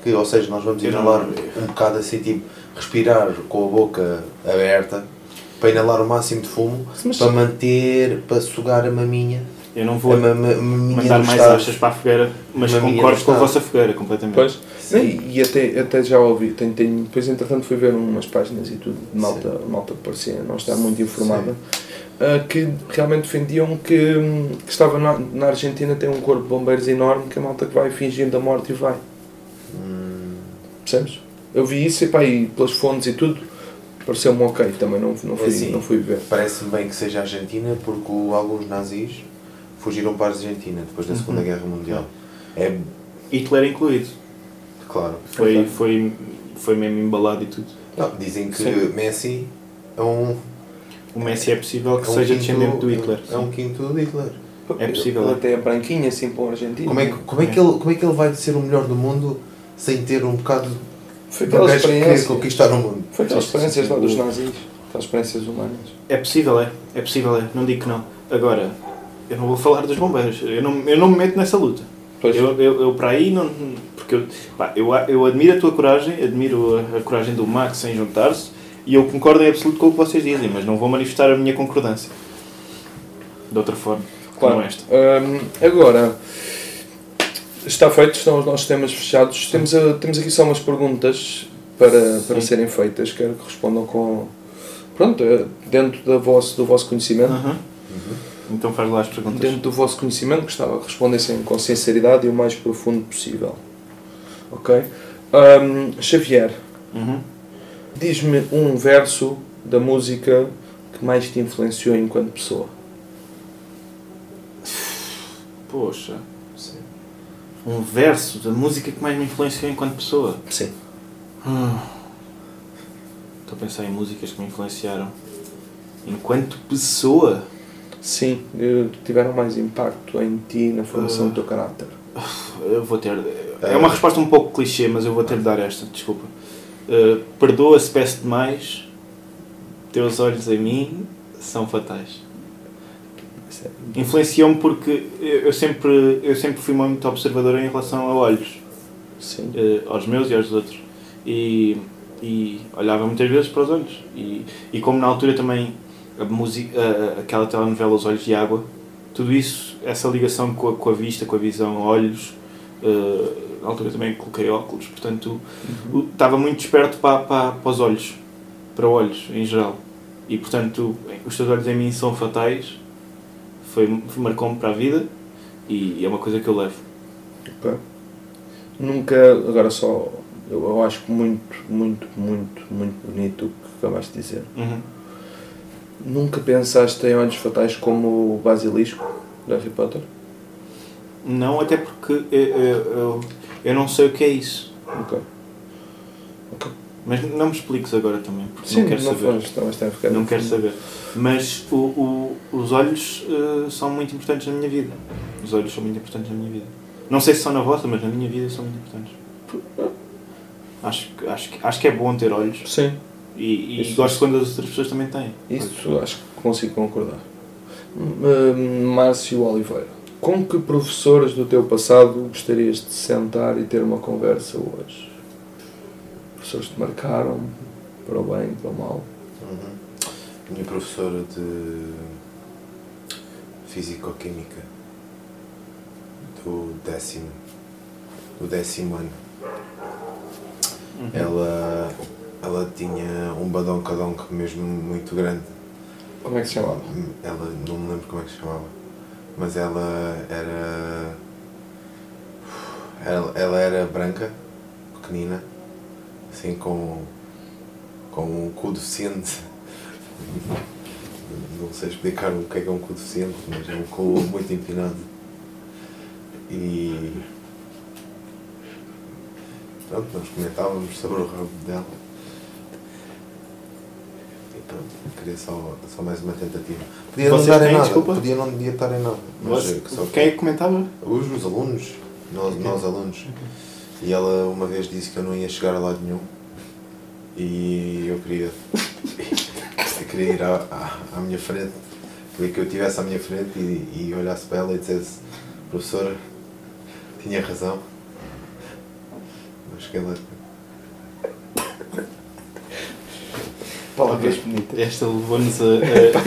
[SPEAKER 2] que, ou seja, nós vamos
[SPEAKER 3] Eu não-
[SPEAKER 2] inalar um bocado assim, tipo, respirar com a boca aberta, para inalar o máximo de fumo,
[SPEAKER 1] Mas-
[SPEAKER 2] para manter, para sugar a maminha.
[SPEAKER 3] Eu não
[SPEAKER 2] A
[SPEAKER 3] vou
[SPEAKER 2] ma- ma- maminha
[SPEAKER 3] mandar
[SPEAKER 2] do
[SPEAKER 3] mais
[SPEAKER 2] Estado.
[SPEAKER 3] achas para a fogueira, mas
[SPEAKER 2] Uma minha
[SPEAKER 3] concordo
[SPEAKER 2] do
[SPEAKER 3] com a
[SPEAKER 2] Estado.
[SPEAKER 3] vossa fogueira completamente.
[SPEAKER 1] Pois. E, e até, até já ouvi, tenho, tenho, depois entretanto fui ver umas páginas e tudo, de malta, malta que parecia não estar muito informada, ah, que realmente defendiam que, hum, que estava na, na Argentina tem um corpo de bombeiros enorme que a malta que vai fingindo a morte e vai.
[SPEAKER 2] Hum,
[SPEAKER 1] Percebes? Eu vi isso e pá, e pelas fontes e tudo, pareceu-me ok, também não, não, fui,
[SPEAKER 2] É assim.
[SPEAKER 1] não fui ver.
[SPEAKER 2] Parece-me bem que seja a Argentina, porque o- alguns nazis fugiram para a Argentina depois da
[SPEAKER 3] Uhum.
[SPEAKER 2] Segunda Guerra Mundial. É
[SPEAKER 3] Hitler incluído.
[SPEAKER 2] claro.
[SPEAKER 3] Foi, foi, foi mesmo embalado e tudo.
[SPEAKER 2] Não, dizem que
[SPEAKER 3] Sim.
[SPEAKER 2] Messi é um.
[SPEAKER 3] O Messi é possível
[SPEAKER 2] é
[SPEAKER 3] que
[SPEAKER 2] um
[SPEAKER 3] seja
[SPEAKER 2] quinto-
[SPEAKER 3] descendente do Hitler.
[SPEAKER 2] É um quinto do Hitler.
[SPEAKER 3] É possível,
[SPEAKER 1] Ele
[SPEAKER 3] é.
[SPEAKER 1] até é branquinho assim para o argentino.
[SPEAKER 2] Como é, que, como, é que ele, como é que ele vai ser o melhor do mundo sem ter um bocado de
[SPEAKER 1] Foi aquela
[SPEAKER 2] gajo que
[SPEAKER 1] experiência.
[SPEAKER 2] conquistar o mundo?
[SPEAKER 1] Foi aquelas
[SPEAKER 3] Sim, sim,
[SPEAKER 1] experiências
[SPEAKER 3] sim.
[SPEAKER 1] lá dos nazis, aquelas experiências humanas.
[SPEAKER 3] É possível, é. É possível, é. Não digo que não. Agora, eu não vou falar dos bombeiros. Eu não, eu não me meto nessa luta.
[SPEAKER 1] Pois.
[SPEAKER 3] Eu, eu, eu para aí não. Porque eu, pá, eu, a- eu admiro a tua coragem, admiro a, a coragem do Max em juntar-se e eu concordo em absoluto com o que vocês dizem, mas não vou manifestar a minha concordância. De outra forma.
[SPEAKER 1] Claro.
[SPEAKER 3] Como esta.
[SPEAKER 1] Hum, agora, está feito, estão os nossos temas fechados. Temos, a- temos aqui só umas perguntas para, para
[SPEAKER 3] Sim.
[SPEAKER 1] serem feitas. Quero que respondam com. Pronto, eh, dentro da vosso, do vosso conhecimento.
[SPEAKER 3] Uhum. Então faz lá as perguntas.
[SPEAKER 1] Dentro do vosso conhecimento, gostava que respondessem com sinceridade e o mais profundo possível. Ok? Hum, Xavier,
[SPEAKER 3] Uhum.
[SPEAKER 1] diz-me um verso da música que mais te influenciou enquanto pessoa.
[SPEAKER 3] Poxa. Um verso da música que mais me influenciou enquanto pessoa.
[SPEAKER 1] Sim.
[SPEAKER 3] Hum. Estou a pensar em músicas que me influenciaram. Enquanto pessoa,
[SPEAKER 1] Sim, eh, tiveram mais impacto em ti, na formação
[SPEAKER 3] Ah.
[SPEAKER 1] do teu caráter.
[SPEAKER 3] eu vou ter. É uma resposta um pouco clichê, mas eu vou ter de dar esta, desculpa. Uh, Perdoa se peço demais, teus olhos em mim são fatais.
[SPEAKER 1] é,
[SPEAKER 3] Influenciou-me porque eu eu sempre, eu sempre fui muito observador em relação a olhos.
[SPEAKER 1] Sim.
[SPEAKER 3] eh, aos meus e aos dos outros. E, e olhava muitas vezes para os olhos. E, e como na altura também a música, a- a- aquela telenovela Os Olhos de Água, tudo isso, essa ligação com a, com a vista, com a visão, olhos, eh, na altura também coloquei óculos, portanto o- estava muito desperto para, para, para os olhos, para olhos em geral. E portanto os teus olhos em mim são fatais, foi, marcou-me para a vida e é uma coisa que eu levo.
[SPEAKER 1] Ok. Nunca, agora só, eu, eu acho muito, muito, muito, muito bonito o que acabaste de dizer.
[SPEAKER 3] Uhum.
[SPEAKER 1] Nunca pensaste em olhos fatais como o basilisco de Harry Potter?
[SPEAKER 3] Não, até porque eu, eu, eu, eu não sei o que é isso.
[SPEAKER 1] Nunca.
[SPEAKER 3] Mas não me expliques agora também, porque
[SPEAKER 1] Sim,
[SPEAKER 3] não quero
[SPEAKER 1] não
[SPEAKER 3] saber.
[SPEAKER 1] foste, não, mas tem a ficar.
[SPEAKER 3] Não quero saber. Mas o, o- os olhos eh, são muito importantes na minha vida. Os olhos são muito importantes na minha vida. Não sei se são na vossa, mas na minha vida são muito importantes. Acho, que- acho, que- acho que é bom ter olhos
[SPEAKER 1] Sim,
[SPEAKER 3] e, e
[SPEAKER 1] Isso.
[SPEAKER 3] gosto quando as outras pessoas também têm.
[SPEAKER 1] isso acho que consigo concordar. Hum, Márcio Oliveira, com que professores do teu passado gostarias de sentar e ter uma conversa hoje? Professores que te marcaram para o bem, para o mal?
[SPEAKER 2] Uhum. Minha professora de Físico-Química do décimo, do décimo ano. Ela, ela tinha um badonca-donca mesmo muito grande.
[SPEAKER 1] Como é que se chamava?
[SPEAKER 2] Ela, não me lembro como é que se chamava, mas ela era. Ela, ela era branca, pequenina, assim com. com um cu deficiente. Não sei explicar o que é que é um cu deficiente, mas é um cu muito empinado. E. Pronto, nós comentávamos sobre o rabo dela. E pronto, queria só, só mais uma tentativa. Podia não
[SPEAKER 3] Vocês
[SPEAKER 2] dar em
[SPEAKER 3] têm,
[SPEAKER 2] nada,
[SPEAKER 3] desculpa?
[SPEAKER 2] podia não podia estar em nada. Mas,
[SPEAKER 3] Você-
[SPEAKER 2] só que-
[SPEAKER 3] quem é que comentava?
[SPEAKER 2] os, os alunos, nós, nós alunos. E ela uma vez disse que eu não ia chegar a lado nenhum. E eu queria, eu queria ir à, à, à minha frente, queria que eu estivesse à minha frente e, e olhasse para ela e dissesse: Professora, tinha razão. Acho que ela.
[SPEAKER 1] Palavras
[SPEAKER 3] Ok.
[SPEAKER 1] bonitas.
[SPEAKER 3] Esta levou-nos a, a,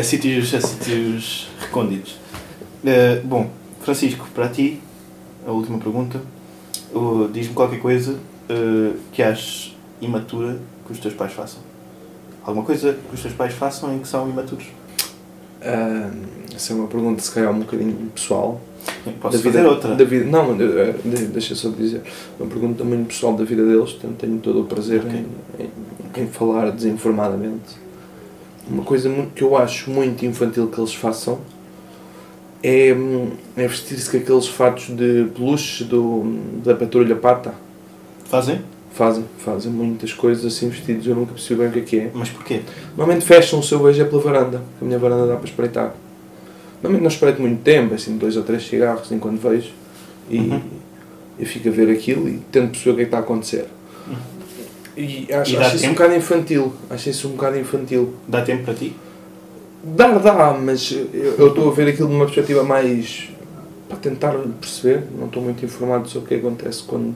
[SPEAKER 3] a sítios, a sítios recônditos. Eh, bom, Francisco, para ti, a última pergunta. Oh, Diz-me qualquer coisa eh, que aches imatura que os teus pais façam. Alguma coisa que os teus pais façam em que são imaturos.
[SPEAKER 1] Ah, essa é uma pergunta, se calhar, um bocadinho pessoal.
[SPEAKER 3] Posso fazer outra.
[SPEAKER 1] Da vida, não, eh, de- deixa só de dizer. Uma pergunta muito pessoal da vida deles, portanto, tenho todo o prazer
[SPEAKER 3] Ok.
[SPEAKER 1] em, em- em falar desinformadamente. Uma coisa mu- que eu acho muito infantil que eles façam é, hum, é vestir-se com aqueles fatos de peluche do, da patrulha pata.
[SPEAKER 3] Fazem?
[SPEAKER 1] Fazem, fazem muitas coisas assim vestidos, eu nunca percebi bem o que é que é.
[SPEAKER 3] Mas porquê?
[SPEAKER 1] Normalmente fecham-se, eu vejo é pela varanda, que a minha varanda dá para espreitar. Normalmente não espreito muito tempo, assim, dois ou três cigarros enquanto vejo, e
[SPEAKER 3] Uhum.
[SPEAKER 1] eu fico a ver aquilo e tento perceber o que é que está a acontecer. E acho,
[SPEAKER 3] Uhum. E dá
[SPEAKER 1] acho isso um
[SPEAKER 3] tempo?
[SPEAKER 1] bocado infantil, acho isso um bocado infantil.
[SPEAKER 3] Dá tempo para ti?
[SPEAKER 1] Dar dá, mas eu eu estou a ver aquilo numa perspectiva mais para tentar perceber, não estou muito informado sobre o que acontece quando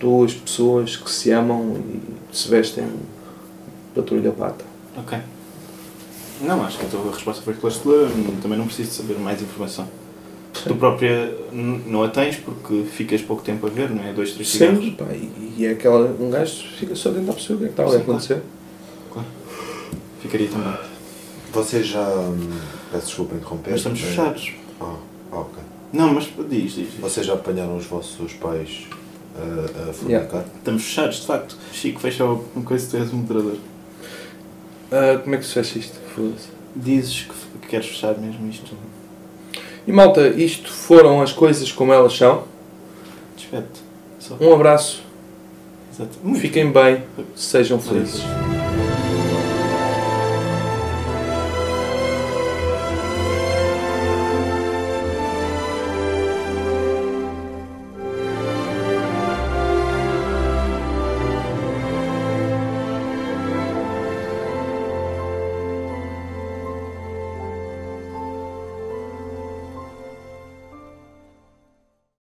[SPEAKER 1] duas pessoas que se amam e se vestem de patrulha pata.
[SPEAKER 3] Ok. Não, acho que então a tua resposta foi esclarecedora. Hum, Também não preciso saber mais informação. Tu própria n- não a tens porque ficas pouco tempo a ver, não é? Dois, três cigarros.
[SPEAKER 1] Sim, pá, e, e é aquela. Um gajo fica só dentro da pessoa, o que é que está ali a
[SPEAKER 3] Sim, claro.
[SPEAKER 1] acontecer?
[SPEAKER 3] Ficaria também.
[SPEAKER 2] Vocês já. hum, Peço desculpa interromper.
[SPEAKER 3] Mas estamos
[SPEAKER 2] eh,
[SPEAKER 3] fechados.
[SPEAKER 2] Ah, ah, ok.
[SPEAKER 3] Não, mas diz, diz, diz.
[SPEAKER 2] Vocês já apanharam os vossos pais eh, a, a
[SPEAKER 1] Yeah.
[SPEAKER 2] fornicar?
[SPEAKER 3] Estamos fechados, de facto. Chico, fecha uma coisa se tu és um moderador.
[SPEAKER 1] Ah, como é que se fecha isto? Foda-se.
[SPEAKER 3] Dizes que, f- que queres fechar mesmo isto.
[SPEAKER 1] E malta, isto foram as coisas como elas são.
[SPEAKER 3] Despede-te. Só.
[SPEAKER 1] Um abraço,
[SPEAKER 3] Exato. Muito
[SPEAKER 1] fiquem bem, sejam felizes.
[SPEAKER 3] bem.